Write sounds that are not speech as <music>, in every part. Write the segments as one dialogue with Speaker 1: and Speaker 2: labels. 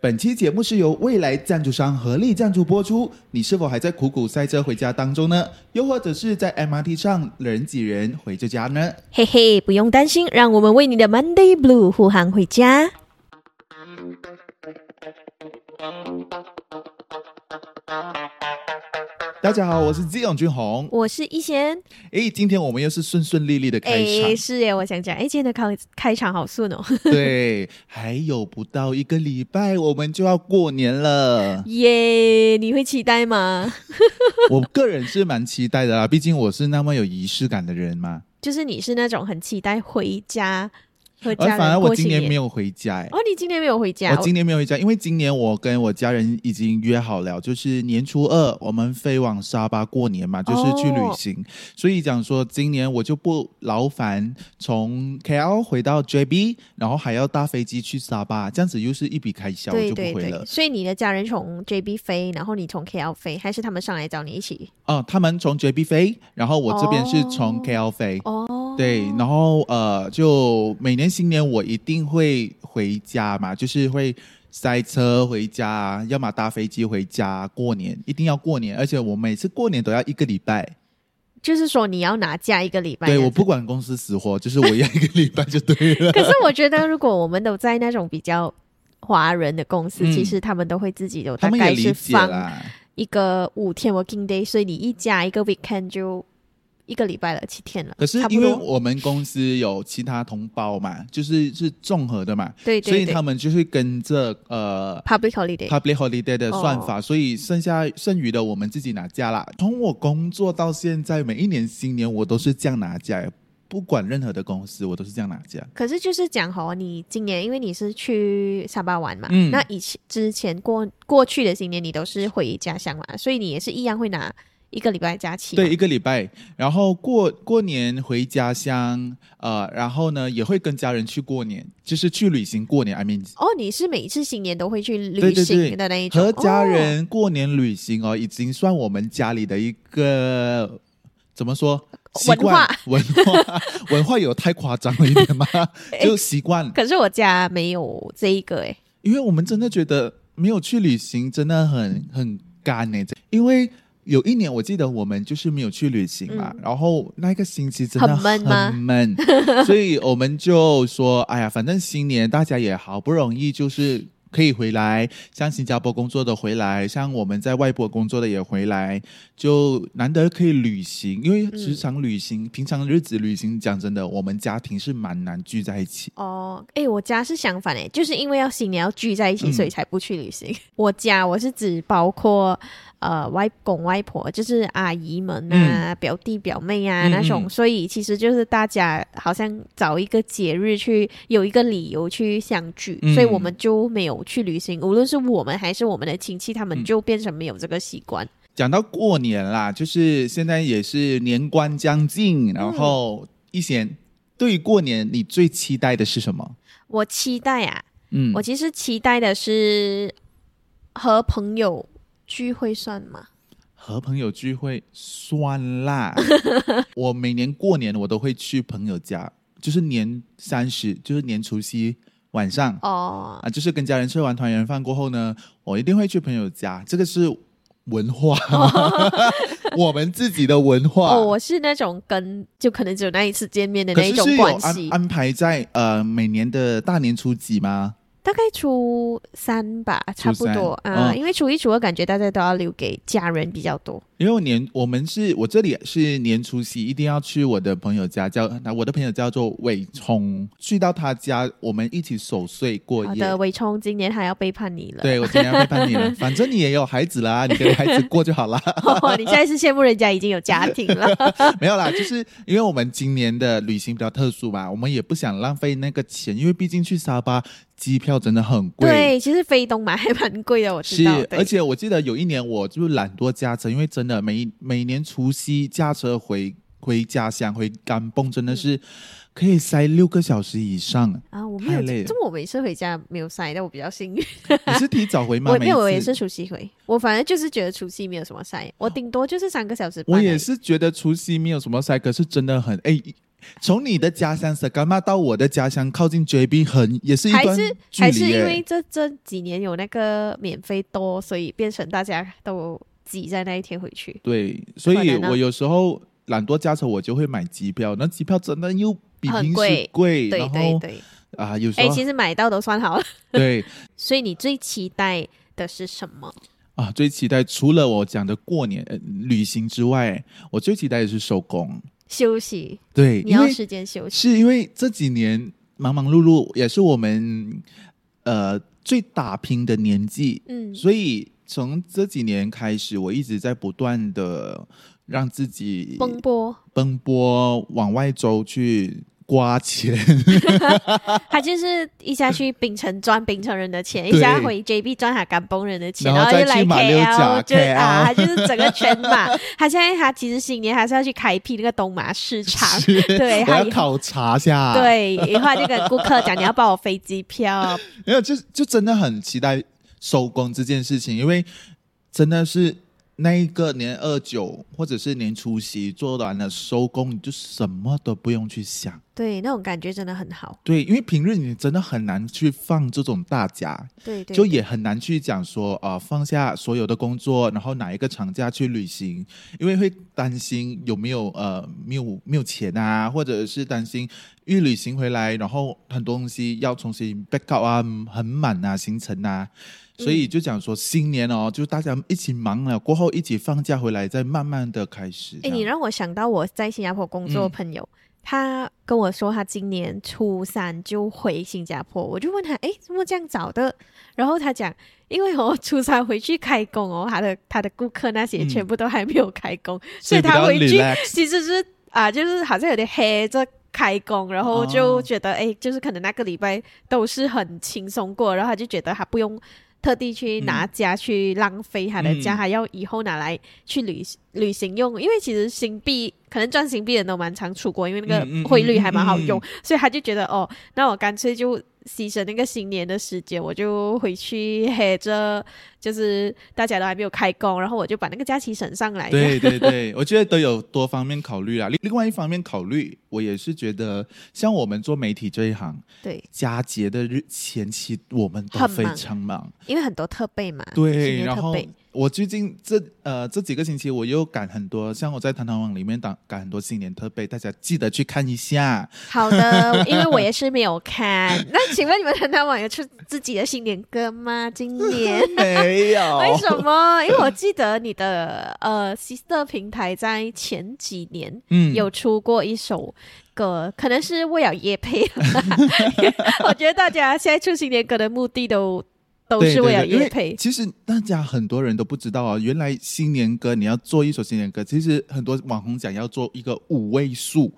Speaker 1: 本期节目是由未来赞助商合力赞助播出。你是否还在苦苦塞车回家当中呢？又或者是在 MRT 上人挤人回着家呢？
Speaker 2: 嘿嘿，不用担心，让我们为你的 Monday Blue 护航回家。
Speaker 1: 大家好，我是 Zion 君宏。
Speaker 2: 我是一贤，
Speaker 1: 诶，今天我们又是顺顺利利的开场，
Speaker 2: 哎，是耶，我想讲，哎，今天的开开场好顺哦，。
Speaker 1: 对，还有不到一个礼拜，我们就要过年了
Speaker 2: <laughs> 耶、你会期待吗？
Speaker 1: 我个人是蛮期待的啦，毕竟我是那么有仪式感的人嘛。
Speaker 2: 就是你是那种很期待回家和
Speaker 1: 而
Speaker 2: 家
Speaker 1: 呃反而
Speaker 2: 人
Speaker 1: 我
Speaker 2: 过
Speaker 1: 今
Speaker 2: 新
Speaker 1: 年没
Speaker 2: 年。
Speaker 1: 有回家、诶
Speaker 2: 哦，你今年没有回家，
Speaker 1: 我今年没有回家，因为今年我跟我家人已经约好了，就是年初二我们飞往沙巴过年嘛，就是
Speaker 2: 哦
Speaker 1: 去旅行。所以讲说，今年我就不劳烦从 KL 回到 JB，然后还要搭飞机去沙巴，这样子又是一笔开销，我
Speaker 2: 对
Speaker 1: 就不
Speaker 2: 哦对
Speaker 1: 回
Speaker 2: 对，
Speaker 1: 了。
Speaker 2: 所以你的家人从 JB 飞，然后你从 KL 飞，还是他们上来找你一起？
Speaker 1: 哦，他们从 JB 飞，然后我这边是从
Speaker 2: 哦
Speaker 1: KL 飞。
Speaker 2: 哦，
Speaker 1: 对，然后呃，就每年新年我一定会回家嘛，就是会塞车回家，啊要么搭飞机回家，过年一定要过年，而且我每次过年都要一个礼拜，
Speaker 2: 就是说你要拿假一个礼拜这
Speaker 1: 对
Speaker 2: 样子。
Speaker 1: 我不管公司死活，就是我要一个礼拜就对 <laughs>
Speaker 2: <laughs>
Speaker 1: 了。
Speaker 2: 可是我觉得，如果我们都在那种比较华人的公司，
Speaker 1: 嗯
Speaker 2: 其实他们都会自己有
Speaker 1: 他
Speaker 2: 大
Speaker 1: 们也
Speaker 2: 概
Speaker 1: 理
Speaker 2: 是
Speaker 1: 解
Speaker 2: 放
Speaker 1: 啦，
Speaker 2: 一个五天 working day，所以你一加一个 weekend 就一个礼拜了，七天了。
Speaker 1: 可是
Speaker 2: 差不
Speaker 1: 因为
Speaker 2: 多
Speaker 1: 我们公司有其他同胞嘛，就是是综合的嘛，
Speaker 2: 对
Speaker 1: 所以
Speaker 2: 对对
Speaker 1: 他们就是跟着呃
Speaker 2: public holiday，
Speaker 1: public holiday 的算法，所以剩下剩余的我们自己拿假啦。从我工作到现在，每一年新年我都是这样拿假，不管任何的公司，我都是这样拿假。
Speaker 2: 可是就是讲哦，你今年因为你是去沙巴玩嘛，
Speaker 1: 嗯
Speaker 2: 那以前之前过过去的新年你都是回家乡嘛，所以你也是一样会拿一个礼拜假期嘛。
Speaker 1: 对，一个礼拜，然后过过年回家乡，呃，然后呢也会跟家人去过年，就是去旅行过年。I mean，
Speaker 2: 哦，你是每一次新年都会去
Speaker 1: 对
Speaker 2: 旅
Speaker 1: 对
Speaker 2: 行
Speaker 1: 对
Speaker 2: 的那一种，
Speaker 1: 和家
Speaker 2: 哦、
Speaker 1: 人过年旅行哦，已经算我们家里的一个怎么说习惯文化 <laughs> 文化有太夸张了一 <laughs> 点吗？就习惯
Speaker 2: 可是我家没有这一个欸诶，
Speaker 1: 因为我们真的觉得没有去旅行真的很很干呢、这因为有一年我记得我们就是没有去旅行嘛，然后那个星期真的
Speaker 2: 嗯很闷吗
Speaker 1: 很
Speaker 2: <laughs>
Speaker 1: 闷所以我们就说，哎呀，反正新年大家也好不容易就是。可以回来，像新加坡工作的回来，像我们在外国工作的也回来，就难得可以旅行。因为
Speaker 2: 嗯
Speaker 1: 职场旅行、平常日子旅行，讲真的，我们家庭是蛮难聚在一起。
Speaker 2: 哦，诶，我家是相反诶，欸就是因为要新年要聚在一起，
Speaker 1: 嗯
Speaker 2: 所以才不去旅行。我家我是指包括呃外公外婆，就是阿姨们啊、表弟表妹啊
Speaker 1: 嗯
Speaker 2: 那
Speaker 1: 嗯
Speaker 2: 种，所以其实就是大家好像找一个节日去有一个理由去相聚，
Speaker 1: 嗯
Speaker 2: 所以我们就没有去旅行。无论是我们还是我们的亲戚，他们就变成没有这个习惯。
Speaker 1: 讲到过年啦，就是现在也是年关将近，然后一贤，对于过年你最期待的是什么？
Speaker 2: 我期待啊，
Speaker 1: 嗯
Speaker 2: 我，其实期待的是和朋友聚会算吗？
Speaker 1: 和朋友聚会酸
Speaker 2: <laughs>
Speaker 1: 辣。我每年过年我都会去朋友家，就是年三十，就是年除夕晚上
Speaker 2: 哦，
Speaker 1: 啊，就是跟家人吃完团圆饭过后呢，我一定会去朋友家，这个是文化， <laughs> 我们自己的文化。
Speaker 2: 哦，我是那种跟就可能只有那一次见面的
Speaker 1: 可
Speaker 2: 那一
Speaker 1: 是
Speaker 2: 种
Speaker 1: 是有啊
Speaker 2: 关
Speaker 1: 安
Speaker 2: 系，
Speaker 1: 安排在呃每年的大年初几吗？
Speaker 2: 大概初三吧，差不
Speaker 1: 初
Speaker 2: 多
Speaker 1: 三
Speaker 2: 啊、
Speaker 1: 嗯
Speaker 2: 因为初一、初二感觉大家都要留给家人比较多。
Speaker 1: 因为我年我们是我这里是年除夕，一定要去我的朋友家，叫那我的朋友叫做伟聪，去到他家，我们一起守岁过
Speaker 2: 好
Speaker 1: 夜。
Speaker 2: 的，伟聪今年还要背叛你了。 <laughs>
Speaker 1: 对，我今天要背叛你了， <laughs> 反正你也有孩子啦，你跟孩子过就好啦。 <laughs>
Speaker 2: 哦你现在是羡慕人家已经有家庭了。
Speaker 1: 没有啦，就是因为我们今年的旅行比较特殊嘛，我们也不想浪费那个钱，因为毕竟去沙巴机票真的很贵。
Speaker 2: 对，其实飞东马还蛮贵的，我知
Speaker 1: 是
Speaker 2: 道。，对
Speaker 1: 而且我记得有一年我就懒惰驾车，因为真的每每年除夕驾车回回家乡回甘蹦，真的
Speaker 2: 嗯
Speaker 1: 是可以塞六个小时以上。
Speaker 2: <laughs> 啊，我没
Speaker 1: 太
Speaker 2: 有
Speaker 1: 累了，
Speaker 2: 这么我每次回家没有晒，但我比较幸运。
Speaker 1: 你是提早回吗？
Speaker 2: 我没有，我
Speaker 1: 每一
Speaker 2: 也
Speaker 1: 次
Speaker 2: 是。除夕回，我反正就是觉得除夕没有什么晒，我顶多就是三个小时半
Speaker 1: 哦我
Speaker 2: 而已。
Speaker 1: 也是觉得除夕没有什么塞，可是真的很哎。从你的家乡 s a g a m a 到我的家乡靠近 JB 很也是一
Speaker 2: 还
Speaker 1: 段
Speaker 2: 是
Speaker 1: 距
Speaker 2: 还
Speaker 1: 离
Speaker 2: 是因为
Speaker 1: 耶。
Speaker 2: 这这几年有那个免费多，所以变成大家都挤在那一天回去。
Speaker 1: 对，所以
Speaker 2: 可能啊
Speaker 1: 我有时候懒惰驾车，我就会买机票，那机票真的又比
Speaker 2: 很
Speaker 1: 平时
Speaker 2: 贵
Speaker 1: 贵，
Speaker 2: 对
Speaker 1: 然
Speaker 2: 对
Speaker 1: 后
Speaker 2: 对，
Speaker 1: 啊有时
Speaker 2: 哎，
Speaker 1: 候
Speaker 2: 其实买到都算好了。
Speaker 1: 对
Speaker 2: 所以你最期待的是什么？
Speaker 1: 啊最期待除了我讲的过年、呃、旅行之外，我最期待的是收工。
Speaker 2: 休息，
Speaker 1: 对，
Speaker 2: 你
Speaker 1: 因
Speaker 2: 要
Speaker 1: 为
Speaker 2: 时间休息。
Speaker 1: 是因为这几年忙忙碌碌，也是我们呃最打拼的年纪，
Speaker 2: 嗯，
Speaker 1: 所以从这几年开始，我一直在不断的让自己
Speaker 2: 奔波，
Speaker 1: 奔波往外走去刮钱，
Speaker 2: 他就是一下
Speaker 1: <laughs>
Speaker 2: 去槟城赚槟城人的钱，
Speaker 1: 对
Speaker 2: 一下回 JB 赚他甘崩人的钱，
Speaker 1: 然
Speaker 2: 然
Speaker 1: 后
Speaker 2: 后
Speaker 1: 再
Speaker 2: 又来
Speaker 1: 去马六甲
Speaker 2: KL，就
Speaker 1: KL
Speaker 2: 啊，他就是整个全马。 <laughs> 他现在他其实新年还是要去开辟那个东马市场，
Speaker 1: <laughs>
Speaker 2: 对，
Speaker 1: 我
Speaker 2: 他
Speaker 1: 要
Speaker 2: 以后
Speaker 1: 考察下，，
Speaker 2: 对，以后他就跟顾客讲你要帮我飞机票，
Speaker 1: 没有就就真的很期待收工这件事情，因为真的是。那一个年二九或者是年除夕做完了收工，你就什么都不用去想，
Speaker 2: 对，那种感觉真的很好，
Speaker 1: 对，因为平日你真的很难去放这种大假，
Speaker 2: 对
Speaker 1: <laughs>
Speaker 2: 对，
Speaker 1: 就也很难去讲说啊、呃放下所有的工作，然后哪一个长假去旅行，因为会担心有没有呃没有没有钱啊，或者是担心一旅行回来，然后很多东西要重新 back up 啊，很满啊行程啊，
Speaker 2: 嗯
Speaker 1: 所以就讲说新年哦，就大家一起忙了过后一起放假回来，再慢慢的开始。
Speaker 2: 哎、
Speaker 1: 这样
Speaker 2: 你让我想到我在新加坡工作的
Speaker 1: 嗯
Speaker 2: 朋友，他跟我说他今年初三就回新加坡，我就问他，哎、怎么这样早的？然后他讲，因为我初三回去开工哦，他的他的顾客那些
Speaker 1: 嗯
Speaker 2: 全部都还没有开工，所
Speaker 1: 所以比
Speaker 2: 以他
Speaker 1: 较
Speaker 2: 回去 <laughs>
Speaker 1: relax
Speaker 2: 其实是啊、就是好像有点黑着。开工，然后就
Speaker 1: 哦
Speaker 2: 觉得哎、就是可能那个礼拜都是很轻松过，然后他就觉得啊他不用特地去拿家去浪费他的家，
Speaker 1: 嗯
Speaker 2: 还要以后拿来去旅旅行用，因为其实新币可能赚新币的人都蛮常出国，因为那
Speaker 1: 嗯嗯嗯
Speaker 2: 个汇率还蛮好用，
Speaker 1: 嗯
Speaker 2: 所以他就觉得哦，那我干脆就牺牲那个新年的时间，我就回去黑着，就是大家都还没有开工，然后我就把那个假期省上来。
Speaker 1: 对对对，我觉得都有多方面考虑啦。另另外一方面考虑，我也是觉得，像我们做媒体这一行，
Speaker 2: 对，
Speaker 1: 佳节的日前期我们都
Speaker 2: 很
Speaker 1: 非
Speaker 2: 忙
Speaker 1: 常忙。
Speaker 2: 因为很多特备嘛，新
Speaker 1: 对，
Speaker 2: 年
Speaker 1: 然
Speaker 2: 特
Speaker 1: 后
Speaker 2: 备
Speaker 1: 我最近这呃这几个星期，我又赶很多，像我在弹弹网里面赶赶很多新年特备，大家记得去看一
Speaker 2: <laughs>
Speaker 1: 下。
Speaker 2: 好
Speaker 1: <laughs>
Speaker 2: 的，因为我也是没有看。那请问你们陈大网有出自己的新年歌吗？今年？
Speaker 1: 没有，
Speaker 2: 为什么？因为我记得你的呃 sister 平台在前几年
Speaker 1: 嗯，
Speaker 2: 有出过一首歌，可能是为了夜配。
Speaker 1: <laughs>
Speaker 2: 我觉得大家现在出新年歌的目的都都
Speaker 1: 对
Speaker 2: 是
Speaker 1: 对
Speaker 2: 为了
Speaker 1: 对因
Speaker 2: 夜配。
Speaker 1: 其实大家很多人都不知道啊，原来新年歌你要做一首新年歌，其实很多网红讲要做一个五位数，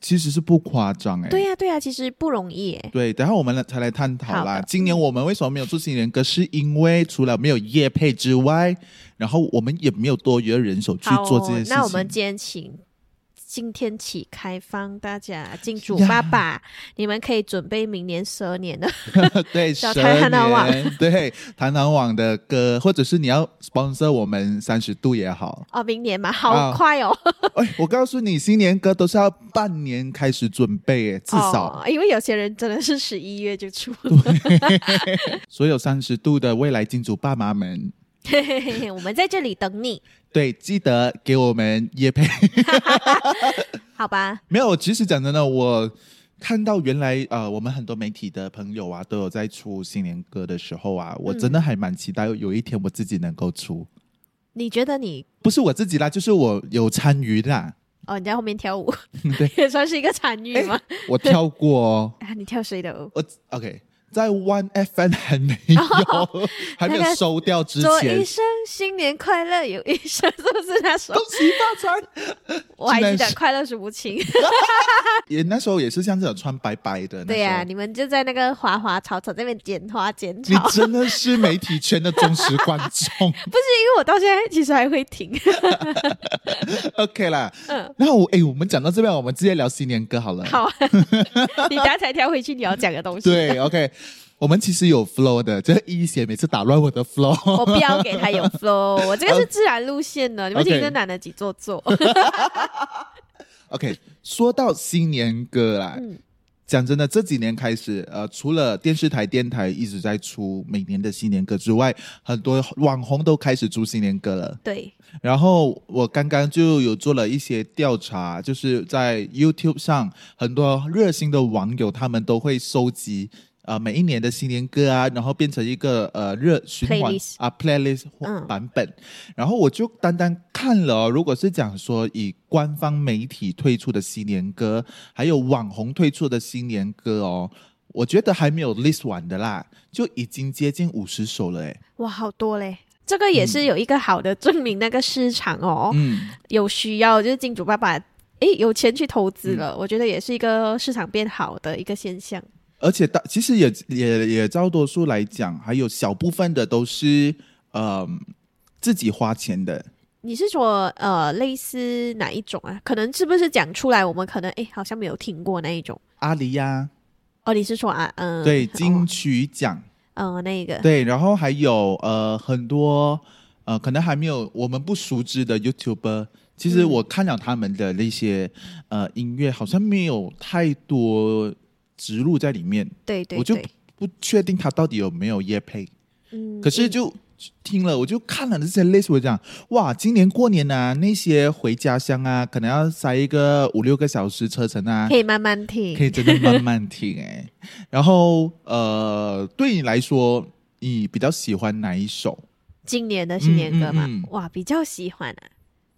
Speaker 1: 其实是不夸张哎、
Speaker 2: 对呀、对呀、其实不容易耶。
Speaker 1: 对，等一下我们来才来探讨
Speaker 2: 好
Speaker 1: 啦
Speaker 2: 的。
Speaker 1: 今年我们为什么没有出新年歌？是因为除了没有业配之外，然后我们也没有多余的人手去
Speaker 2: 好哦
Speaker 1: 做这件事情。
Speaker 2: 那我们今天请今天起开放大家金主
Speaker 1: 呀
Speaker 2: 爸爸，你们可以准备明年十二年的
Speaker 1: <laughs>
Speaker 2: <laughs>
Speaker 1: 对
Speaker 2: 找
Speaker 1: 蛇
Speaker 2: 台湾的网
Speaker 1: 年，对弹簧网的歌，或者是你要 sponsor 我们三十度也
Speaker 2: <laughs>
Speaker 1: 好。
Speaker 2: 哦，明年嘛，
Speaker 1: 啊
Speaker 2: 好快哦，
Speaker 1: 哎，我告诉你，新年歌都是要半年开始准备，哎，至少。
Speaker 2: 哦因为有些人真的是十一月就出
Speaker 1: <laughs>
Speaker 2: 了。
Speaker 1: 所有三十度的未来金主爸妈们，
Speaker 2: 嘿嘿嘿嘿我们在这里等你，
Speaker 1: 对，记得给我们叶配。
Speaker 2: 好吧？
Speaker 1: 没有，其实讲真的，我看到原来呃，我们很多媒体的朋友啊，都有在出新年歌的时候
Speaker 2: 嗯
Speaker 1: 啊，我真的还蛮期待有一天我自己能够出，
Speaker 2: 你觉得你
Speaker 1: 不是我自己啦，就是我有参与
Speaker 2: <laughs>
Speaker 1: 啦，
Speaker 2: 哦，你在后面跳舞，
Speaker 1: <laughs> 对，
Speaker 2: 也 <laughs> 算是一个参与吗？
Speaker 1: 我跳过、哦，
Speaker 2: <laughs> 啊，你跳谁的舞？
Speaker 1: 我 OK。在 One FM 还没有、还没
Speaker 2: 那
Speaker 1: 有
Speaker 2: 个
Speaker 1: 收掉之
Speaker 2: <laughs> 哦说
Speaker 1: 前
Speaker 2: 一，声新年快乐，有一声是不是那首
Speaker 1: 恭？喜发财！
Speaker 2: 我还记
Speaker 1: 竟
Speaker 2: 得
Speaker 1: 然哦是
Speaker 2: 快乐数
Speaker 1: <laughs>
Speaker 2: 不清。
Speaker 1: 也那时候也是像这种穿白白的，
Speaker 2: 对
Speaker 1: 呀、
Speaker 2: 呀、你们就在那个花花草草这边剪花剪
Speaker 1: 你
Speaker 2: 草。
Speaker 1: 真的是媒体圈的忠实观众。
Speaker 2: <laughs>
Speaker 1: <laughs>
Speaker 2: 不是因为我到现在其实还会听， <laughs>
Speaker 1: OK 啦，
Speaker 2: 嗯，
Speaker 1: 那我哎，我们讲到这边，我们直接聊新年歌好了。 <laughs>
Speaker 2: 好，啊你等下才挑回去你要讲的 <laughs> 东西。，
Speaker 1: 对，OK，我们其实有 flow 的，就是一姐每次打乱我的 flow。 <laughs>
Speaker 2: 我不要给他有
Speaker 1: <laughs>
Speaker 2: flow，我这个是自然路线的，你们听这男的几做作。
Speaker 1: OK，说到新年歌啦，
Speaker 2: 嗯
Speaker 1: 讲真的，这几年开始，呃，除了电视台、电台一直在出每年的新年歌之外，很多网红都开始出新年歌了。
Speaker 2: 对，
Speaker 1: 然后我刚刚就有做了一些调查，就是在 YouTube 上，很多热心的网友他们都会收集。呃，每一年的新年歌啊，然后变成一个呃热循环
Speaker 2: Playlist
Speaker 1: 啊 playlist
Speaker 2: 嗯
Speaker 1: 版本，然后我就单单看了哦、如果是讲说以官方媒体推出的新年歌，还有网红推出的新年歌哦，我觉得还没有 list 完的啦，就已经接近五十首了欸诶。
Speaker 2: 哇，好多嘞。这个也是有一个好的证明，那个市场哦、
Speaker 1: 嗯，
Speaker 2: 有需要，就是金主爸爸诶有钱去投资
Speaker 1: 嗯
Speaker 2: 了，我觉得也是一个市场变好的一个现象。
Speaker 1: 而且大其实也也也照多数来讲，还有小部分的都是嗯、自己花钱的，
Speaker 2: 你是说呃类似哪一种啊？可能是不是讲出来我们可能诶好像没有听过那一种
Speaker 1: 阿里呀、
Speaker 2: 哦？你是说啊嗯
Speaker 1: 对金
Speaker 2: 哦
Speaker 1: 曲奖，
Speaker 2: 嗯、那个
Speaker 1: 对，然后还有呃很多呃可能还没有我们不熟知的 YouTuber。其实
Speaker 2: 嗯
Speaker 1: 我看了他们的那些、呃音乐，好像没有太多植入在里面，
Speaker 2: 对对
Speaker 1: 我就
Speaker 2: 对，
Speaker 1: 不确定他到底有没有业配。
Speaker 2: 嗯，
Speaker 1: 可是
Speaker 2: 嗯
Speaker 1: 就听了，我就看了这些 list，我就讲哇，今年过年啊，那些回家乡啊，可能要塞一个五六个小时车程啊
Speaker 2: 可，以慢慢听，
Speaker 1: 可以真的慢慢听哎、然后呃，对你来说，你比较喜欢哪一首？
Speaker 2: 今年的新年歌嘛，
Speaker 1: 嗯嗯嗯
Speaker 2: 哇，比较喜欢啊。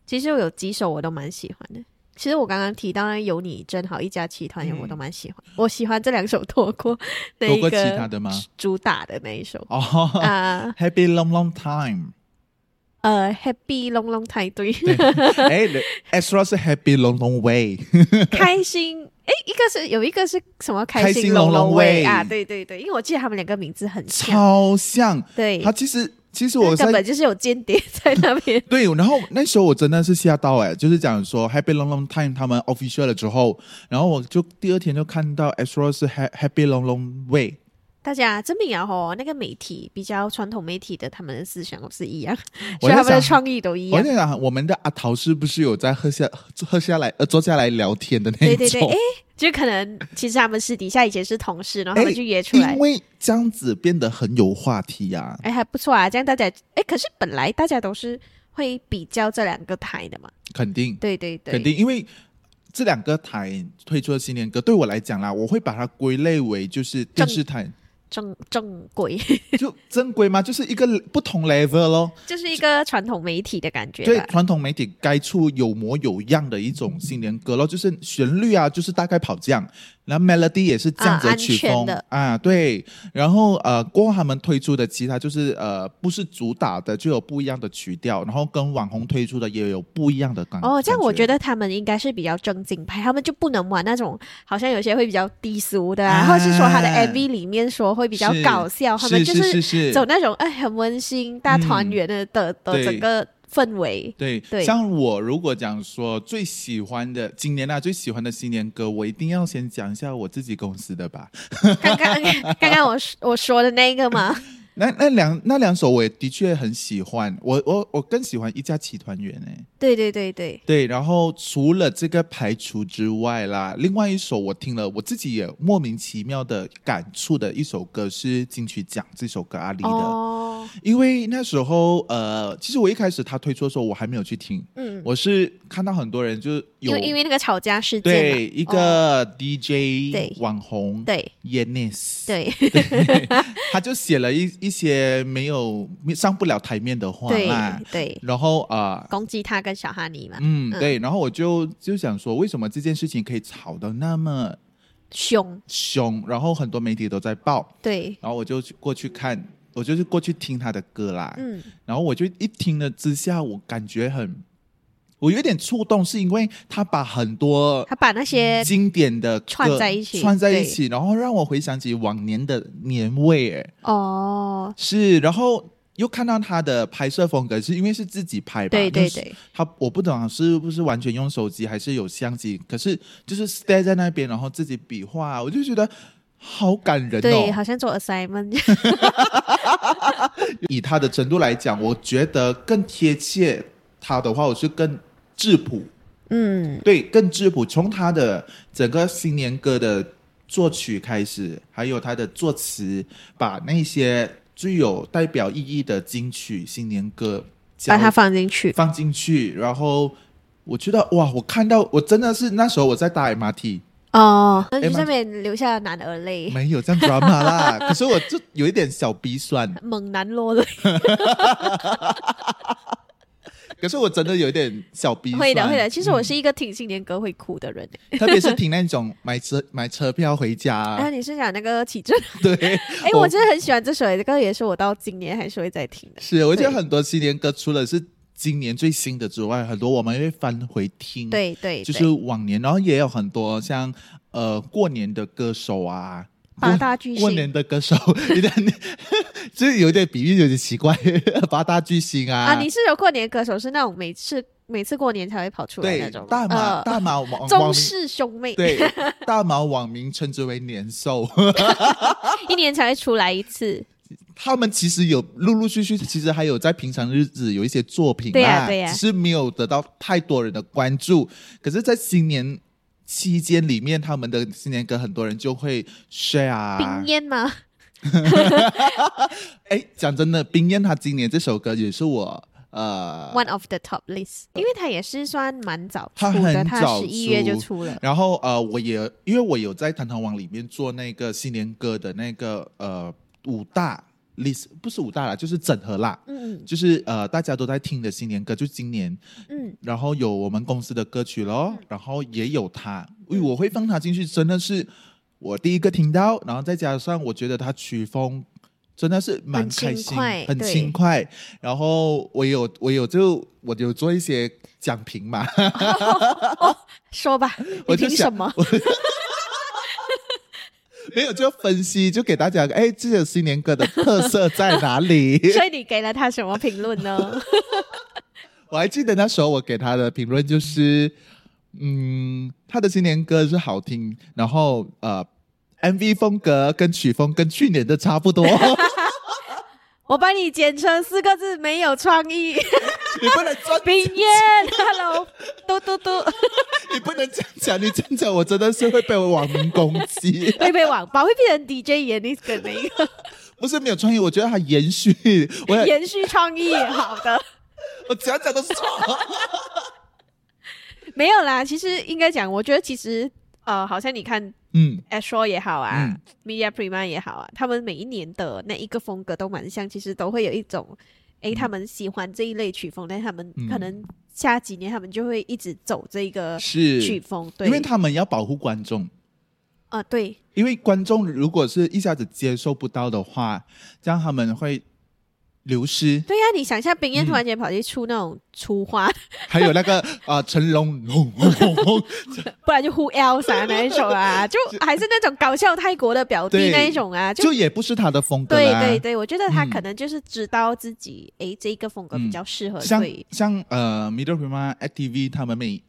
Speaker 2: 其实有几首我都蛮喜欢的。其实我刚刚提到那《有你真好》《一家集团》
Speaker 1: 嗯
Speaker 2: 我都蛮喜欢，我喜欢这两首多
Speaker 1: <laughs>
Speaker 2: 过那
Speaker 1: 多
Speaker 2: 一
Speaker 1: 过
Speaker 2: 个
Speaker 1: 其他的吗
Speaker 2: 主打的那一
Speaker 1: <laughs>
Speaker 2: 首
Speaker 1: 哦、
Speaker 2: 啊
Speaker 1: h a p p y Long Long
Speaker 2: <laughs>
Speaker 1: Time，
Speaker 2: 呃，Happy Long Long 才对， <laughs>
Speaker 1: 哎，Extra 是 Happy Long Long Way，
Speaker 2: 开心诶，一个是有一个是什么
Speaker 1: 开
Speaker 2: 心
Speaker 1: 心
Speaker 2: 龙
Speaker 1: Long Long
Speaker 2: 味
Speaker 1: Way
Speaker 2: 啊？对对对，因为我记得他们两个名字很像，
Speaker 1: 超像。
Speaker 2: 对
Speaker 1: 它，其实其实我在，
Speaker 2: 根本就是有间谍在那边
Speaker 1: 对，然后那时候我真的是吓到哎、就是讲说 Happy Long Long Time 他们 official 了之后，然后我就第二天就看到 Astro 是 Ha- Happy Long Long Way，
Speaker 2: 大家真明了吼，那个媒体比较传统媒体的，他们的思想都是一样，
Speaker 1: 我
Speaker 2: <laughs> 所以
Speaker 1: 在
Speaker 2: 他们的
Speaker 1: 想
Speaker 2: 创意都一
Speaker 1: 我
Speaker 2: 样。
Speaker 1: 在想我们的阿桃是不是有在喝下喝下来呃坐下来聊天的那一
Speaker 2: 对
Speaker 1: 种？
Speaker 2: 对对，哎，就可能其实他们私底下以前是同事，然后他们
Speaker 1: 诶
Speaker 2: 就约出来
Speaker 1: 因，为这样子变得很有话题呀、
Speaker 2: 哎，还不错啊。这样大家，哎，可是本来大家都是会比较这两个台的嘛。
Speaker 1: 肯定
Speaker 2: 对对对，
Speaker 1: 肯定，因为。这两个台推出的新年歌，对我来讲啦，我会把它归类为就是电视台，
Speaker 2: 正正规， <laughs>
Speaker 1: 就正规吗？就是一个不同 level 咯。
Speaker 2: 就是一个传统媒体的感觉
Speaker 1: 对
Speaker 2: 吧。
Speaker 1: 传统媒体该出有模有样的一种新年歌咯，就是旋律啊，就是大概跑这样，然后 melody 也是这样子
Speaker 2: 嗯啊
Speaker 1: 曲
Speaker 2: 安
Speaker 1: 风
Speaker 2: 全的
Speaker 1: 啊对。然后呃，过后他们推出的其他就是呃，不是主打的就有不一样的曲调，然后跟网红推出的也有不一样的感
Speaker 2: 哦，这样我觉
Speaker 1: 得
Speaker 2: 得他们应该是比较正经派，他们就不能玩那种好像有些会比较低俗的啊，
Speaker 1: 啊
Speaker 2: 或者是说他的 MV 里面说会比较
Speaker 1: 是
Speaker 2: 搞笑，他们就是
Speaker 1: 是是嗯
Speaker 2: 走那种哎很温馨大团圆的的的
Speaker 1: 对
Speaker 2: 整个氛围。 <laughs>
Speaker 1: 对，
Speaker 2: 对
Speaker 1: 像我如果讲说最喜欢的今年啊最喜欢的新年歌，我一定要先讲一下我自己公司的吧。
Speaker 2: 刚刚刚刚我说我说的那个
Speaker 1: <laughs>
Speaker 2: 嘛，
Speaker 1: 那那两那两首我也的确很喜欢，我我我更喜欢《一家齐团圆》哎，
Speaker 2: 对对对对，
Speaker 1: 对，然后除了这个排除之外啦，另外一首我听了我自己也莫名其妙的感触的一首歌是金曲奖这首歌阿里的，
Speaker 2: 哦，
Speaker 1: 因为那时候呃，其实我一开始他推出的时候我还没有去听，
Speaker 2: 嗯，
Speaker 1: 我是看到很多人就是
Speaker 2: 因
Speaker 1: 有
Speaker 2: 为因为那个吵架事件嘛，
Speaker 1: 对一
Speaker 2: 哦
Speaker 1: 个
Speaker 2: 对
Speaker 1: DJ 网红
Speaker 2: 对
Speaker 1: Yanis
Speaker 2: 对
Speaker 1: 他就写了一一些没有上不了台面的话啦
Speaker 2: 对，对，
Speaker 1: 然后啊、呃
Speaker 2: 攻击他跟小哈尼嘛，
Speaker 1: 嗯，
Speaker 2: 嗯
Speaker 1: 对，然后我就就想说，为什么这件事情可以吵得那么
Speaker 2: 凶，
Speaker 1: 凶？然后很多媒体都在报，
Speaker 2: 对，
Speaker 1: 然后我就去过去看，我就是过去听他的歌啦，
Speaker 2: 嗯，
Speaker 1: 然后我就一听了之下，我感觉很，我有点触动，是因为他把很多
Speaker 2: 他把那些
Speaker 1: 经典的歌
Speaker 2: 串在一起
Speaker 1: 串在一起，然后让我回想起往年的年味，哎。
Speaker 2: 哦，
Speaker 1: 是，然后又看到他的拍摄风格，是因为是自己拍吧？
Speaker 2: 对对
Speaker 1: 就是
Speaker 2: 对，
Speaker 1: 他我不懂啊是不是完全用手机还是有相机，可是就是 stay 在那边，然后自己比划，我就觉得。好感人
Speaker 2: 对，
Speaker 1: 哦！
Speaker 2: 好像做 assignment
Speaker 1: <laughs> 以他的程度来讲，我觉得更贴切他的话，我是更质朴，
Speaker 2: 嗯，
Speaker 1: 对，更质朴。从他的整个新年歌的作曲开始，还有他的作词，把那些具有代表意义的金曲新年歌，
Speaker 2: 把它放进去，
Speaker 1: 放进去，然后我觉得哇，我看到我真的是那时候我在搭 MRT，
Speaker 2: 哦，那
Speaker 1: 哎
Speaker 2: 你
Speaker 1: 妈
Speaker 2: 上面留下男儿泪，
Speaker 1: 没有这样 drama
Speaker 2: <laughs>
Speaker 1: 啦，可是我就有一点小鼻酸，
Speaker 2: 猛男落泪，
Speaker 1: 可是我真的有一点小鼻酸，嗯
Speaker 2: 会的会的。其实我是一个听新年歌会哭的人。
Speaker 1: 特别是听那种买车买车票回家、
Speaker 2: 啊， <laughs> 你是讲那个启正？
Speaker 1: 对，
Speaker 2: 哎，我真的很喜欢这首，这个也是我到今年还是会在听的。
Speaker 1: 是，我觉得
Speaker 2: 对
Speaker 1: 很多新年歌除了是今年最新的之外，很多我们会翻回听，，
Speaker 2: 对对，
Speaker 1: 嗯就是
Speaker 2: 对
Speaker 1: 往年，然后也有很多像呃过年的歌手啊，
Speaker 2: 八大巨
Speaker 1: 过
Speaker 2: 星
Speaker 1: 年的歌
Speaker 2: <laughs>
Speaker 1: 手有点， <laughs> 就是有点比喻有点奇怪， <laughs> 八大巨星啊，
Speaker 2: 啊，你是有过年歌手，是那种每次每次过年才会跑出来
Speaker 1: 对
Speaker 2: 那种
Speaker 1: 大马、
Speaker 2: 呃
Speaker 1: 大马网网
Speaker 2: 中
Speaker 1: 民。
Speaker 2: 式兄妹，
Speaker 1: 对，大马网民称之为年兽， <laughs>
Speaker 2: 一年才会出来一次。
Speaker 1: 他们其实有陆陆续续，其实还有在平常日子有一些作品啦，
Speaker 2: 对呀对呀
Speaker 1: 只是没有得到太多人的关注。可是，在新年期间里面，他们的新年歌很多人就会 share 啊
Speaker 2: 冰。烟吗？
Speaker 1: 哎，讲真的，冰燕她今年这首歌也是我呃
Speaker 2: One of the top list，因为它也是算蛮早出
Speaker 1: 它
Speaker 2: 的，
Speaker 1: 很
Speaker 2: 它
Speaker 1: 早
Speaker 2: 十一月就
Speaker 1: 出
Speaker 2: 出了。
Speaker 1: 然后呃，我也因为我有在弹弹网里面做那个新年歌的那个呃五大 list，不是五大啦，就是整合啦，
Speaker 2: 嗯
Speaker 1: 就是呃大家都在听的新年歌，就今年
Speaker 2: 嗯，
Speaker 1: 然后有我们公司的歌曲咯，然后也有他，因为
Speaker 2: 嗯
Speaker 1: 我会放他进去，真的是我第一个听到，然后再加上我觉得他曲风真的是蛮开
Speaker 2: 很轻
Speaker 1: 心，
Speaker 2: 快
Speaker 1: 很
Speaker 2: 对
Speaker 1: 轻快。然后我有我有就我有做一些讲评嘛，
Speaker 2: 说吧，
Speaker 1: 我
Speaker 2: 你
Speaker 1: 就
Speaker 2: 凭什
Speaker 1: 想 <laughs>
Speaker 2: 么？ <laughs>
Speaker 1: 没有就分析，就给大家哎，这首新年歌的特色在哪
Speaker 2: <laughs>
Speaker 1: 里？
Speaker 2: 所以你给了他什么评论呢？ <laughs>
Speaker 1: 我还记得那时候我给他的评论就是，嗯，他的新年歌是好听，然后呃，MV 风格跟曲风跟去年的差不
Speaker 2: <laughs>
Speaker 1: 多，你
Speaker 2: 我帮你简称四个字，没有创意。
Speaker 1: 不能专，
Speaker 2: 冰燕，Hello，嘟嘟嘟，
Speaker 1: <laughs> 你不能这样讲，你这样讲我真的是会被我网民攻
Speaker 2: <laughs>
Speaker 1: 击。
Speaker 2: 会被网吧会变成 DJ 演你梗的一个
Speaker 1: 不是没有创意，我觉得他延续，我也
Speaker 2: 延续创意。好的，
Speaker 1: 我讲讲都是错。
Speaker 2: <laughs> 没有啦。其实应该讲，我觉得其实呃，好像你看
Speaker 1: 嗯
Speaker 2: a s h o r 也好啊、
Speaker 1: 嗯
Speaker 2: Media Prima 也好啊，他们每一年的那一个风格都蛮像，其实都会有一种，诶，他们喜欢这一类曲风，但他们
Speaker 1: 嗯
Speaker 2: 可能下几年他们就会一直走这个曲
Speaker 1: 是，
Speaker 2: 风，对，
Speaker 1: 因为他们要保护观众。
Speaker 2: 啊、对，
Speaker 1: 因为观众如果是一下子接受不到的话，这样他们会流失。
Speaker 2: 对呀、啊你想一下，冰燕
Speaker 1: 嗯
Speaker 2: 突然间跑去出那种粗花，
Speaker 1: 还有
Speaker 2: <laughs>
Speaker 1: 那个啊、呃成龙轰轰轰轰，
Speaker 2: 不然就 Who
Speaker 1: <laughs>
Speaker 2: Else 啊那一种啊，就还是那种搞笑泰国的表弟
Speaker 1: 对
Speaker 2: 那一种啊，就
Speaker 1: 就也不是他的风格
Speaker 2: 对
Speaker 1: 啦。
Speaker 2: 对对，我觉得他
Speaker 1: 嗯
Speaker 2: 可能就是知道自己诶这一个风格比较适合，
Speaker 1: 像
Speaker 2: 所以
Speaker 1: 像呃，Middle Prima ATV 他们每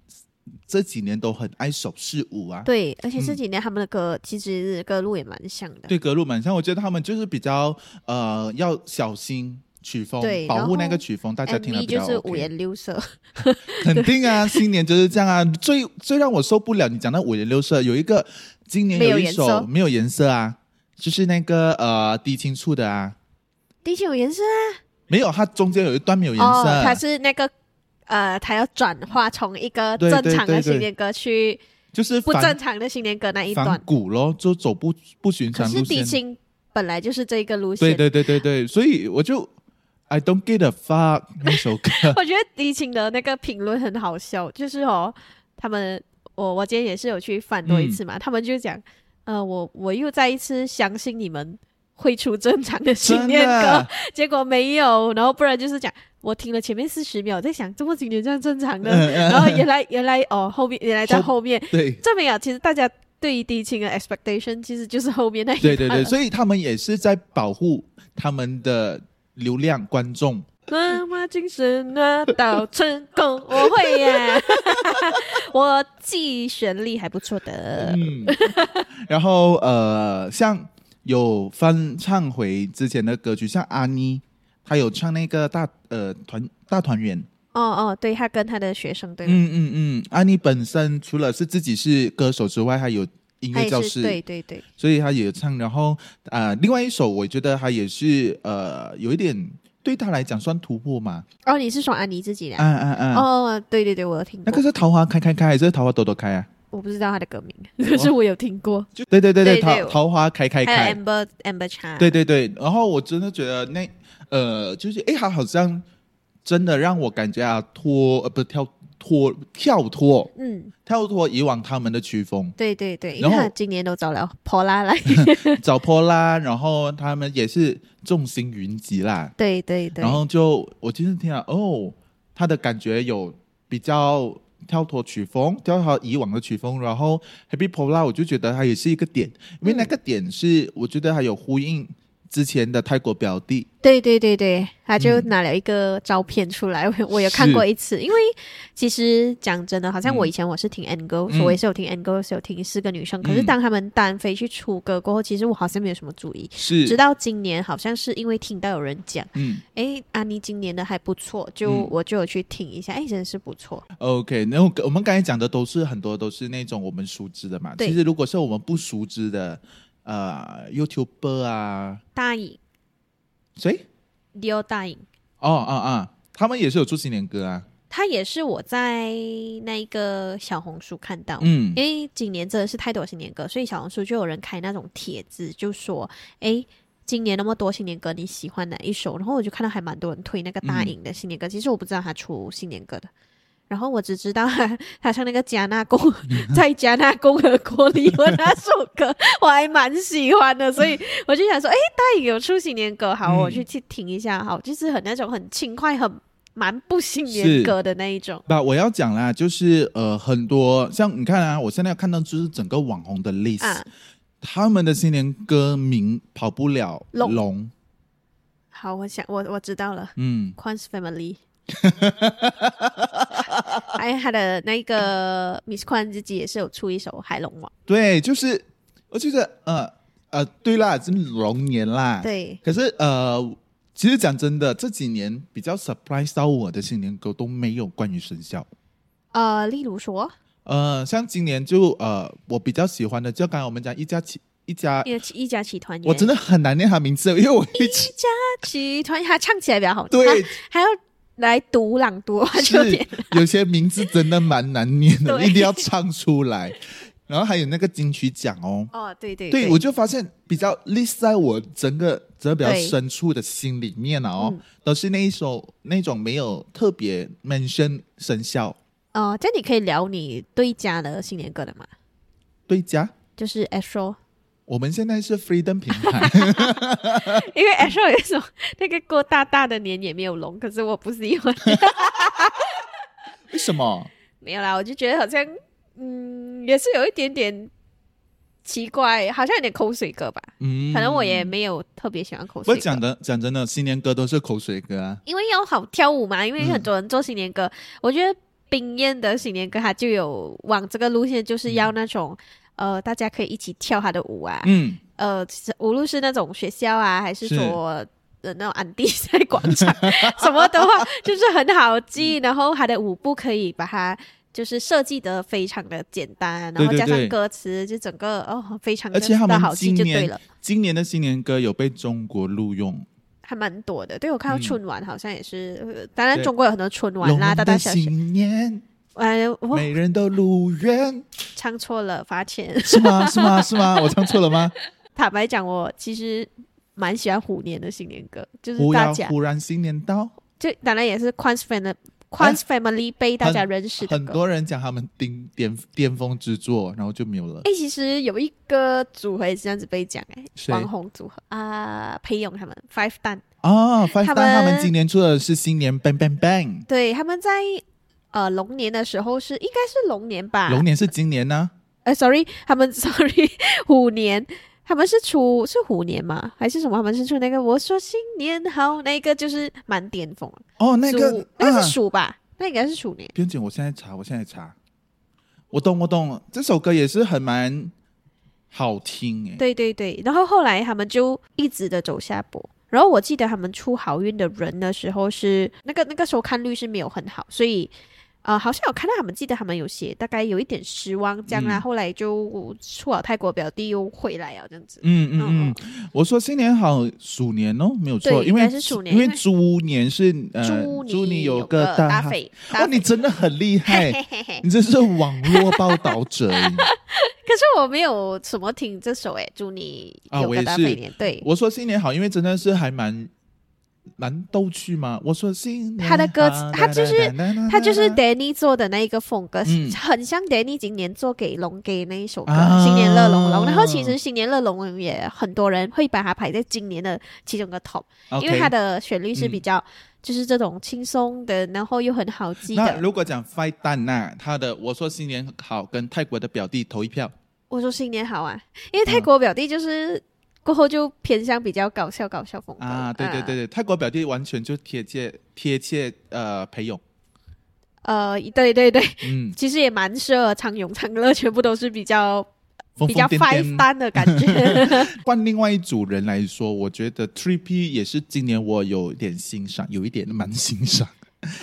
Speaker 1: 这几年都很爱手势舞啊，
Speaker 2: 对，而且这几年他们的歌、其实歌路也蛮像的，
Speaker 1: 对格鲁满像我觉得他们就是比较呃要小心。曲风
Speaker 2: 对
Speaker 1: 保
Speaker 2: 然
Speaker 1: 护
Speaker 2: 后
Speaker 1: 那个曲风，大家听了
Speaker 2: MV
Speaker 1: 比
Speaker 2: 就
Speaker 1: 较
Speaker 2: 是五
Speaker 1: OK。
Speaker 2: 颜六色， <laughs>
Speaker 1: 肯定啊，新年就是这样啊。最最让我受不了，你讲到五颜六色，有一个今年
Speaker 2: 没有
Speaker 1: 一
Speaker 2: 颜
Speaker 1: 首
Speaker 2: 色
Speaker 1: 没有颜色啊，就是那个呃低清处的啊，
Speaker 2: 第九颜色
Speaker 1: 没有，它中间有一段没有颜色。啊
Speaker 2: 哦，它是那个呃，它要转化从一个
Speaker 1: 对
Speaker 2: 正
Speaker 1: 对
Speaker 2: 常的
Speaker 1: 对对
Speaker 2: 新年歌去
Speaker 1: 就是
Speaker 2: 不
Speaker 1: 反
Speaker 2: 正常的新年歌那一
Speaker 1: 反
Speaker 2: 段，
Speaker 1: 骨咯，就走不不寻
Speaker 2: 可
Speaker 1: 常
Speaker 2: 是
Speaker 1: 路
Speaker 2: 低
Speaker 1: 线。
Speaker 2: 清本来就是这个路线啊
Speaker 1: 对，对对对对，所以我就 I don't get a fuck 那首歌， <laughs>
Speaker 2: 我觉得迪琴的那个评论很好笑，就是哦，他们我我今天也是有去反多一次
Speaker 1: 嗯
Speaker 2: 嘛，他们就讲，呃，我我又再一次相信你们会出正常的 <laughs> 新
Speaker 1: 真
Speaker 2: 年歌
Speaker 1: 的，
Speaker 2: <laughs> 结果没有，然后不然就是讲。我听了前面四十秒，在想怎么今年这样正常的，
Speaker 1: 嗯嗯
Speaker 2: 然后原来原来哦，后面原来在
Speaker 1: 后
Speaker 2: 后面，
Speaker 1: 对。
Speaker 2: 证明啊，其实大家对于迪琴的 expectation 其实就是后面那一
Speaker 1: 对对对，
Speaker 2: 段
Speaker 1: 所以他们也是在保护他们的流量观众。
Speaker 2: 妈妈精神拿到成功，我会 <laughs> 耶！我记忆旋律还不错的。
Speaker 1: 嗯，然后呃，像有翻唱回之前的歌曲，像阿妮，她有唱那个大呃团大团圆，
Speaker 2: 哦哦，对他跟他的学生对吗？
Speaker 1: 嗯嗯嗯，安妮本身除了是自己是歌手之外，还有音
Speaker 2: 他
Speaker 1: 乐教
Speaker 2: 也是
Speaker 1: 师，
Speaker 2: 对对对，
Speaker 1: 所以他也唱。然后啊、呃另外一首我觉得他也是呃，有一点对他来讲算突破嘛。
Speaker 2: 哦，你是说安妮自己的
Speaker 1: 啊
Speaker 2: 啊？
Speaker 1: 啊啊！
Speaker 2: 哦，对对对，我有听
Speaker 1: 那
Speaker 2: 过，
Speaker 1: 个是桃花开开开还是桃花朵朵开啊？
Speaker 2: 我不知道他的歌名，
Speaker 1: 啊
Speaker 2: 可是我有听过，
Speaker 1: 就对对对
Speaker 2: 对对
Speaker 1: 桃桃花开开
Speaker 2: 还
Speaker 1: 开
Speaker 2: 有，Amber Amber Chan，
Speaker 1: 对对对。然后我真的觉得那呃，就是诶，他好像真的让我感觉啊脱呃不跳脱跳脱
Speaker 2: 嗯，
Speaker 1: 跳脱以往他们的曲风，
Speaker 2: <laughs> 对对对，因
Speaker 1: 然
Speaker 2: 为
Speaker 1: 后
Speaker 2: 他今年都找了
Speaker 1: <laughs>
Speaker 2: Pola 来，
Speaker 1: 找波拉，然后他们也是众星云集啦。
Speaker 2: 对对对，
Speaker 1: 然后就我今天听了哦，他的感觉有比较跳脱曲风，跳脱以往的曲风。然后 Happy Pola，我就觉得它也是一个点，因为那个点是、我觉得还有呼应之前的泰国表弟，
Speaker 2: 对对对对，他就
Speaker 1: 嗯
Speaker 2: 拿了一个照片出来， <laughs> 我我有看过
Speaker 1: 是
Speaker 2: 一次。因为其实讲真的，好像
Speaker 1: 嗯
Speaker 2: 我以前我是听 N Girls，、
Speaker 1: 嗯
Speaker 2: 我也是有听 N Girls，有听四个女生。可是
Speaker 1: 嗯
Speaker 2: 当他们单飞去出歌过后，其实我好像没有什么注意。
Speaker 1: 是
Speaker 2: 直到今年，好像是因为听到有人讲，
Speaker 1: 嗯
Speaker 2: 诶，安妮今年的还不错，就、
Speaker 1: 嗯
Speaker 2: 我就有去听一下，诶，哎真的是不错。
Speaker 1: OK，那我我们刚才讲的都是很多都是那种我们熟知的嘛。
Speaker 2: 对
Speaker 1: 其实如果是我们不熟知的，呃，YouTuber 啊，
Speaker 2: 大影，
Speaker 1: 谁？
Speaker 2: 丢大影，
Speaker 1: 哦啊啊，他们也是有出新年歌啊。
Speaker 2: 他也是我在那一个小红书看到，
Speaker 1: 嗯
Speaker 2: 因为今年真的是太多新年歌，所以小红书就有人开那种帖子，就说：“诶，今年那么多新年歌，你喜欢哪一首？”然后我就看到还蛮多人推那个
Speaker 1: 嗯
Speaker 2: 大颖的新年歌，其实我不知道他出新年歌的，然后我只知道他他唱那个加纳
Speaker 1: <laughs>
Speaker 2: 共在加纳共和国里有那首歌，我还蛮喜欢的，所以我就想说：“诶，大颖有出新年歌，好，
Speaker 1: 嗯
Speaker 2: 我去去听一下，好，就是很那种很轻快，很蛮不新年
Speaker 1: 是
Speaker 2: 歌的那一种。”
Speaker 1: 那我要讲啦，就是呃，很多像你看啊，我现在看到就是整个网红的 list，、
Speaker 2: 啊，
Speaker 1: 他们的新年歌名跑不了
Speaker 2: 龙
Speaker 1: 龙，
Speaker 2: 好，我想我我知道了。
Speaker 1: 嗯，
Speaker 2: Quan's Family，还有他的那个 Miss Quan 自己也是有出一首《海龙王
Speaker 1: 对，就是我觉得呃呃，对啦，是龙年》，啦，。
Speaker 2: 对，
Speaker 1: 可是呃，其实讲真的，这几年比较 surprise 到我的新年歌都没有关于生肖。
Speaker 2: 呃，例如说
Speaker 1: 呃，像今年就呃，我比较喜欢的，就刚才我们讲一家起一家，
Speaker 2: 一一家集团，
Speaker 1: 我真
Speaker 2: 的
Speaker 1: 的很难念他名字，因为我一直
Speaker 2: 集团，他唱起来比较好，
Speaker 1: 对
Speaker 2: <laughs> 他还要来读朗读，啊我就有点
Speaker 1: 是有些名字真的蛮难念的，
Speaker 2: 对
Speaker 1: 一定要唱出来。
Speaker 2: <laughs>
Speaker 1: 然后还有那个金曲奖哦，
Speaker 2: 哦，对对
Speaker 1: 对我就发现比较 list 在我整个整个比较
Speaker 2: 对
Speaker 1: 深处的心里面了哦
Speaker 2: 嗯，
Speaker 1: 都是那一首那种没有特别 mention 生肖
Speaker 2: 哦，这样你可以聊你对家的新年歌的嘛，
Speaker 1: 对家。
Speaker 2: 就是
Speaker 1: <laughs>
Speaker 2: Astro，
Speaker 1: 我们现在是 Freedom 平台，
Speaker 2: 因为 Astro 有一首那个郭大大的年也没有龙，可是我不喜欢。
Speaker 1: 为什么？
Speaker 2: 没有啦，我就觉得好像，嗯，也是有一点点奇怪，好像有点口水歌吧。
Speaker 1: 嗯，
Speaker 2: 可能我也没有特别喜欢口
Speaker 1: 不
Speaker 2: 水
Speaker 1: 过讲
Speaker 2: 歌，
Speaker 1: 的讲真的，新年歌都是口水歌啊。
Speaker 2: 因为要好跳舞嘛，因为
Speaker 1: 嗯
Speaker 2: 很多人做新年歌，我觉得冰燕的新年歌它就有往这个路线，就是要那种、呃，大家可以一起跳她的舞啊，
Speaker 1: 嗯，
Speaker 2: 呃，其实无论是那种学校啊，还是
Speaker 1: 是
Speaker 2: 说。的那种安迪赛广场， <laughs> 什么的话就是很好
Speaker 1: 嗯
Speaker 2: 记，然后它的舞步可以把它就是设计的非常的简单，然
Speaker 1: 对
Speaker 2: 后
Speaker 1: 对
Speaker 2: 加上
Speaker 1: 对
Speaker 2: 歌词，就整个哦非常
Speaker 1: 而且他
Speaker 2: 的
Speaker 1: 们
Speaker 2: 好记
Speaker 1: 今
Speaker 2: 就对
Speaker 1: 年
Speaker 2: 了，
Speaker 1: 今年的新年歌有被中国录用，
Speaker 2: 还蛮多的。对我看到
Speaker 1: 嗯
Speaker 2: 春晚好像也是，呃当然
Speaker 1: 对
Speaker 2: 中国有很多春晚
Speaker 1: 龙
Speaker 2: 啦，大大
Speaker 1: 的
Speaker 2: 小小，
Speaker 1: 新年。
Speaker 2: 哎，我
Speaker 1: 每人都如愿，
Speaker 2: 唱错了，罚钱。 <laughs>
Speaker 1: 是吗？是吗？是吗？我唱错了吗？
Speaker 2: 坦白讲，我其实蛮喜欢虎年的新年歌，就是
Speaker 1: 忽
Speaker 2: 大
Speaker 1: 要
Speaker 2: 家
Speaker 1: 忽然新年到，
Speaker 2: 就当然也是 Quan's Family Quan's Family 被大家认识的
Speaker 1: 很
Speaker 2: 歌。
Speaker 1: 多人讲他们顶巅巅峰之作，然后就没有了。
Speaker 2: 哎、其实有一个组合也是这样子被讲哎、
Speaker 1: 谁
Speaker 2: 网红组合啊，裴勇他们 Five 蛋，
Speaker 1: 啊，翻
Speaker 2: 他
Speaker 1: 翻
Speaker 2: 们
Speaker 1: 他们今年出的是新年 bang bang bang，
Speaker 2: 对，他们在呃龙年的时候是应该是龙年吧？
Speaker 1: 龙年是今年呢？
Speaker 2: 呃，sorry，他们 <laughs> sorry 虎年。他们是出是虎年吗？还是什么？他们是出那个我说新年好，那一个就是蛮巅峰了。
Speaker 1: 哦，那个
Speaker 2: 鼠那个
Speaker 1: 啊
Speaker 2: 是鼠吧？那应该是鼠年。
Speaker 1: 不用紧，我现在查，我现在查。我懂，我懂，这首歌也是很蛮好听诶。欸
Speaker 2: 对对对，然后后来他们就一直的走下坡，然后我记得他们出好运的人的时候是那个那个收看率是没有很好，所以呃，好像有看到他们记得他们有写大概有一点失望这样啦，
Speaker 1: 嗯
Speaker 2: 后来就出了泰国表弟又回来了这样子。
Speaker 1: 嗯嗯嗯，我说新年好，鼠年哦，没有错，
Speaker 2: 对
Speaker 1: 因为
Speaker 2: 应该是鼠年
Speaker 1: 因
Speaker 2: 因
Speaker 1: 为
Speaker 2: 为
Speaker 1: 猪年是呃，
Speaker 2: 祝
Speaker 1: 猪
Speaker 2: 你
Speaker 1: 有
Speaker 2: 个
Speaker 1: 个大汉，
Speaker 2: 肥
Speaker 1: 哇，
Speaker 2: 大
Speaker 1: 你
Speaker 2: 肥，
Speaker 1: 真的很厉害
Speaker 2: 嘿，嘿嘿。
Speaker 1: 你真是网络报道者。
Speaker 2: <laughs>
Speaker 1: 欸
Speaker 2: 可是我没有什么听这首诶，祝你
Speaker 1: 啊
Speaker 2: 有
Speaker 1: 我也
Speaker 2: 个大
Speaker 1: 是
Speaker 2: 肥年。对，
Speaker 1: 我说新年好，因为真的是还蛮蛮逗趣嘛。我说新年
Speaker 2: 他的歌词
Speaker 1: 好
Speaker 2: 他就是
Speaker 1: 哒哒哒哒哒
Speaker 2: 他就是 Danny 做的那一个风格，
Speaker 1: 嗯
Speaker 2: 很像 Danny 今年做给龙给那一首歌《
Speaker 1: 啊
Speaker 2: 新年乐龙龙》。然后其实《新年乐龙龙》也很多人会把它排在今年的其中一个 top，、因为它
Speaker 1: OK 嗯
Speaker 2: 的旋律是比较、就是这种轻松的，然后又很好记
Speaker 1: 那
Speaker 2: 的。
Speaker 1: 如果讲 Fight 蛋呐，他的我说新年好跟泰国的表弟投一票，
Speaker 2: 我说新年好啊，
Speaker 1: 嗯
Speaker 2: 因为泰国表弟就是、过后就偏向比较搞笑搞笑风格
Speaker 1: 啊，对对对
Speaker 2: 啊
Speaker 1: 对，泰国表弟完全就贴切贴切呃裴勇，
Speaker 2: 呃，对对对， <laughs>
Speaker 1: 嗯，
Speaker 2: 其实也蛮适合唱咏唱乐，全部都是比较
Speaker 1: 疯
Speaker 2: 比较
Speaker 1: 疯癫
Speaker 2: five
Speaker 1: 癫。
Speaker 2: 单的感
Speaker 1: <laughs>
Speaker 2: 觉。
Speaker 1: 换另外一组人来说，我觉得 Three P 也是今年我有点欣赏，有一点蛮欣赏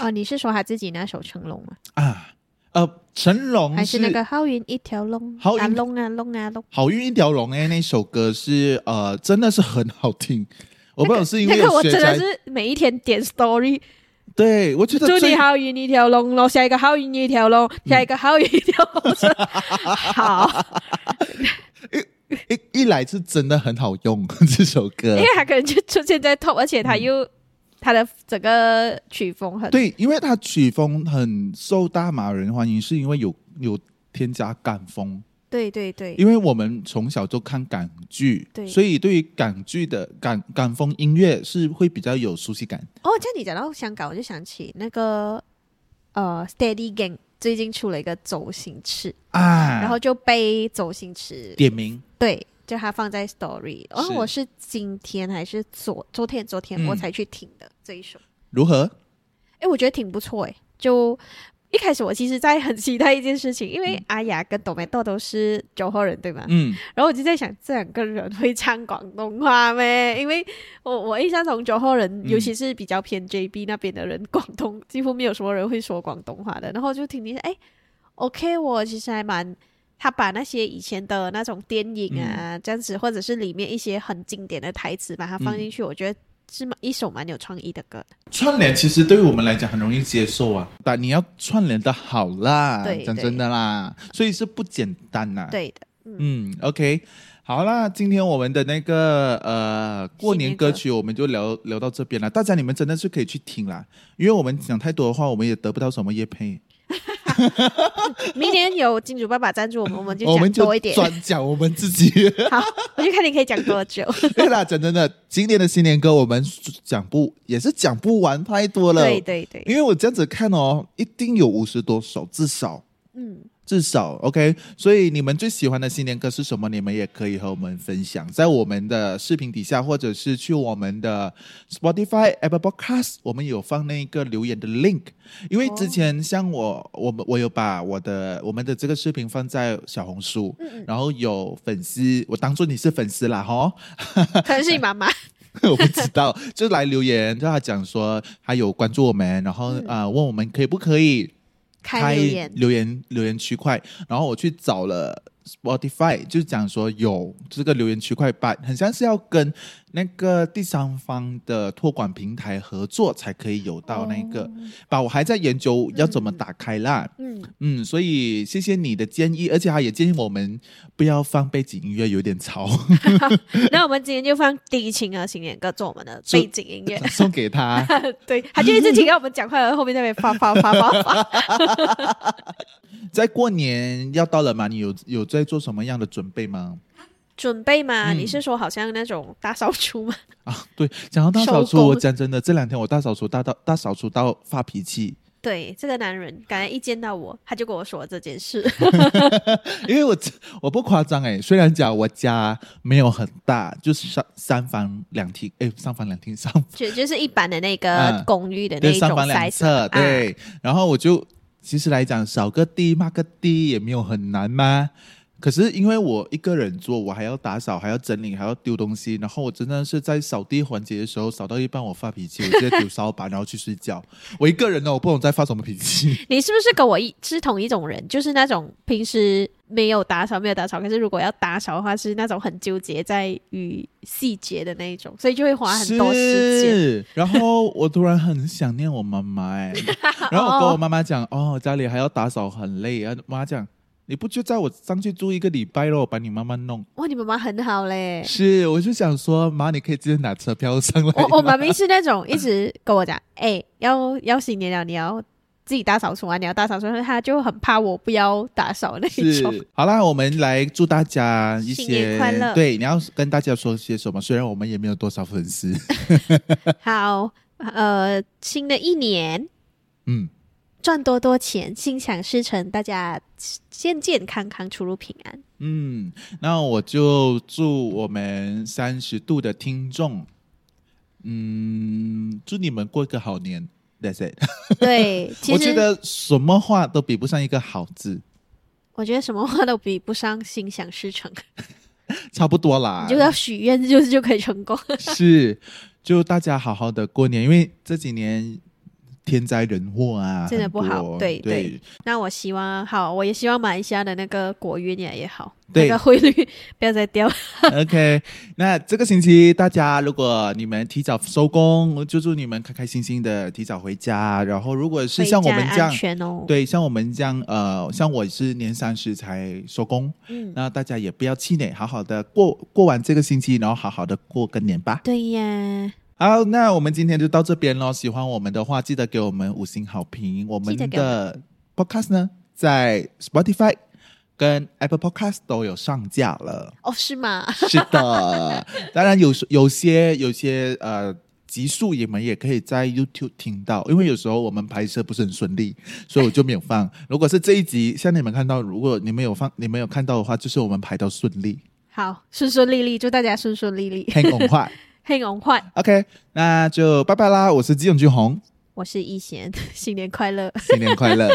Speaker 2: 哦，你是说他自己那首成龙吗？
Speaker 1: 啊。呃，成龙
Speaker 2: 嗯还是那个好运一条龙，
Speaker 1: 好运
Speaker 2: 啊龙啊龙啊龙。
Speaker 1: 好运一条龙哎，那首歌是呃，真的是很好听。我不懂是因为
Speaker 2: 那个
Speaker 1: 有
Speaker 2: 我
Speaker 1: 学
Speaker 2: 真的
Speaker 1: 在，
Speaker 2: 是每一天点 story，
Speaker 1: 对我觉得
Speaker 2: 祝
Speaker 1: 最
Speaker 2: 你好运一条龙咯，下一个好运一条龙，
Speaker 1: 嗯
Speaker 2: 下一个好运一条
Speaker 1: <laughs>
Speaker 2: 龙。好，
Speaker 1: 一一来是真的很好用 <laughs> 这首歌
Speaker 2: 因为，他可能就出现在 top，而且他又他的整个曲风很
Speaker 1: 嗯对，因为它曲风很受大马人欢迎，是因为有有添加港风，
Speaker 2: 对对对
Speaker 1: 因为我们从小就看港剧，
Speaker 2: 对
Speaker 1: 所以对于港剧的港港风音乐是会比较有熟悉感。
Speaker 2: 哦，这样你讲到香港，我就想起那个呃 Steady Gang 最近出了一个周星驰，
Speaker 1: 啊，
Speaker 2: 然后就被周星驰
Speaker 1: 点名
Speaker 2: 对，就它放在 story。然后
Speaker 1: 是
Speaker 2: 我是今天还是昨昨天昨天
Speaker 1: 嗯
Speaker 2: 我才去听的、这一首，
Speaker 1: 如何？
Speaker 2: 哎，我觉得挺不错哎。就一开始我其实在很期待一件事情，因为阿雅跟董美豆都是九号人对吗？
Speaker 1: 嗯，
Speaker 2: 然后我就在想，这两个人会唱广东话咩？因为我我印象中九号人，
Speaker 1: 嗯
Speaker 2: 尤其是比较偏 JB 那边的人，广东几乎没有什么人会说广东话的。然后就听听，哎，OK，我其实还蛮。他把那些以前的那种电影啊，
Speaker 1: 嗯
Speaker 2: 这样子，或者是里面一些很经典的台词，把它放进去，我觉得是蛮一首蛮有创意的歌。
Speaker 1: 串联其实对于我们来讲很容易接受啊，但你要串联的好啦，
Speaker 2: 对
Speaker 1: 讲真的啦，所以是不简单啊呐、，
Speaker 2: 对的，
Speaker 1: 嗯，OK，好啦，今天我们的那个呃过年
Speaker 2: 新年歌
Speaker 1: 歌曲我们就聊聊到这边了，大家你们真的是可以去听啦，因为我们讲太多的话，我们也得不到什么业配，
Speaker 2: 明年有金主爸爸赞助我们，我们就
Speaker 1: <laughs> 哦我们
Speaker 2: 讲
Speaker 1: 就
Speaker 2: 多一点。
Speaker 1: 专讲我们自己。 <laughs>
Speaker 2: 好，我就看你可以讲多久。
Speaker 1: 对啦，讲真的，今年的新年歌我们讲不也是讲不完，太多了。
Speaker 2: 对对对，
Speaker 1: 因为我这样子看哦，一定有五十多首，至少。 <laughs>
Speaker 2: 嗯。
Speaker 1: 至少 OK，所以你们最喜欢的新年歌是什么？你们也可以和我们分享，在我们的视频底下，或者是去我们的 Spotify、Apple Podcast，我们有放那个留言的 link。因为之前像我，我们我有把我的我们的这个视频放在小红书，然后有粉丝，我当做你是粉丝啦哈， <laughs>
Speaker 2: 可能是你妈妈。
Speaker 1: 我不知道，就来留言，就他讲说他有关注我们，然后啊、
Speaker 2: 嗯
Speaker 1: 呃问我们可以不可以
Speaker 2: 开留言
Speaker 1: 留言留言区块，然后我去找了 Spotify，就讲说有这个留言区块版，很像是要跟那个第三方的托管平台合作才可以有到那个
Speaker 2: 哦
Speaker 1: 吧。我还在研究要怎么打开啦，
Speaker 2: 嗯，
Speaker 1: 嗯，所以谢谢你的建议，而且他也建议我们不要放背景音乐，有点
Speaker 2: <laughs>
Speaker 1: 吵，
Speaker 2: 那我们今天就放低清的新年歌做我们的背景音乐。
Speaker 1: <laughs> 送给他。
Speaker 2: <laughs> 对，他就一直听到我们讲话，然后后面那边发发发发
Speaker 1: 嗯
Speaker 2: 发。
Speaker 1: 在过年要到了嘛，你有有在做什么样的准备吗？
Speaker 2: 准备嘛，
Speaker 1: 嗯
Speaker 2: 你是说好像那种大扫除吗？ <laughs>
Speaker 1: 啊，对，讲到大扫
Speaker 2: 收
Speaker 1: 除，
Speaker 2: 工
Speaker 1: 我讲真的，这两天我大扫除大到大扫除到发脾气，
Speaker 2: 对，这个男人感觉一见到我，他就跟我说这件事。 <laughs>
Speaker 1: 因为我我不夸张哎、虽然讲我家没有很大，就是三三房两厅，哎，三房两厅三房
Speaker 2: 就就是一般的那个
Speaker 1: 嗯
Speaker 2: 公寓的那
Speaker 1: 对，
Speaker 2: 一种啊
Speaker 1: 三房两
Speaker 2: size，
Speaker 1: 侧
Speaker 2: 嘛
Speaker 1: 对，然后我就其实来讲少个地骂个地也没有很难嘛，可是因为我一个人做，我还要打扫，还要整理，还要丢东西，然后我真的是在扫地环节的时候，扫到一半我发脾气，我直接丢 <laughs> 扫把，然后去睡觉。我一个人哦呢，我不懂在发什么脾气。
Speaker 2: 你是不是跟我一是同一种人？就是那种平时没有打扫，没有打扫，可是如果要打扫的话，是那种很纠结在于细节的那一种，所以就会花很多时间。
Speaker 1: 是，然后我突然很想念我妈妈
Speaker 2: <laughs>
Speaker 1: 哎、然后我跟我妈妈讲，哦，家里还要打扫，很累。然后妈妈讲，你不就在我上去住一个礼拜咯，我把你慢慢弄。
Speaker 2: 哇，你妈妈很好嘞。
Speaker 1: 是，我就想说，妈，你可以直接拿车票上 <laughs> 来。
Speaker 2: 我我妈咪是那种一直跟我讲，哎、要要新年了，你要自己打扫除啊，你要打扫除啊，她就很怕我不要打扫那一种。
Speaker 1: 是，好啦，我们来祝大家一
Speaker 2: 新年
Speaker 1: 些
Speaker 2: 快乐
Speaker 1: 对，你要跟大家说些什么？虽然我们也没有多少粉丝，
Speaker 2: <laughs> 好，呃，新的一年
Speaker 1: 嗯，
Speaker 2: 赚多多钱，心想事成，大家健健康康，出入平
Speaker 1: <laughs>
Speaker 2: 安。
Speaker 1: 嗯，那我就祝我们三十度的听众，嗯，祝你们过个好年。That's it。
Speaker 2: 对，其
Speaker 1: 我
Speaker 2: 实
Speaker 1: 觉得什么话都比不上一个“好”字，
Speaker 2: 我觉得什么话都比不上心想
Speaker 1: <laughs>
Speaker 2: 事成，
Speaker 1: 差不多啦
Speaker 2: 你。就要许愿，就是就可以成功。 <laughs>
Speaker 1: 是，就大家好好的过年，因为这几年天灾人祸啊，
Speaker 2: 真的
Speaker 1: 很
Speaker 2: 不好
Speaker 1: 多
Speaker 2: 对对
Speaker 1: 对
Speaker 2: 那我希望好，我也希望马来西亚的那个国运也也好，
Speaker 1: 对
Speaker 2: 那个汇率不要再掉。
Speaker 1: OK，那这个星期大家如果你们提早收工，就祝你们开开心心的提早回家。然后如果是像我们
Speaker 2: 回
Speaker 1: 这
Speaker 2: 家
Speaker 1: 样，
Speaker 2: 安全哦。
Speaker 1: 对，像我们这样，呃，像我是年三十才收工，
Speaker 2: 嗯，
Speaker 1: 那大家也不要气馁，好好的过过完这个星期，然后好好的过个年吧。
Speaker 2: 对呀，
Speaker 1: 好，那我们今天就到这边咯。喜欢我们的话，记得给我们五星好评。我们
Speaker 2: 记得给我
Speaker 1: 的 Podcast 呢，在 Spotify 跟 Apple Podcast 都有上架了。
Speaker 2: 哦，是吗？
Speaker 1: <laughs> 是的，当然有时有些有些呃集数你们也可以在 YouTube 听到，因为有时候我们拍摄不是很顺利，所以我就没有放。如果是这一集，像你们看到，如果你们有放，你们有看到的话，就是我们拍到顺利，
Speaker 2: 好，顺顺利利，祝大家顺顺利利， <laughs>
Speaker 1: 很恐快。
Speaker 2: 黑龙快。
Speaker 1: OK，那就拜拜啦！我是基永俊宏，
Speaker 2: 我是易贤，新年快乐。
Speaker 1: 新年快乐。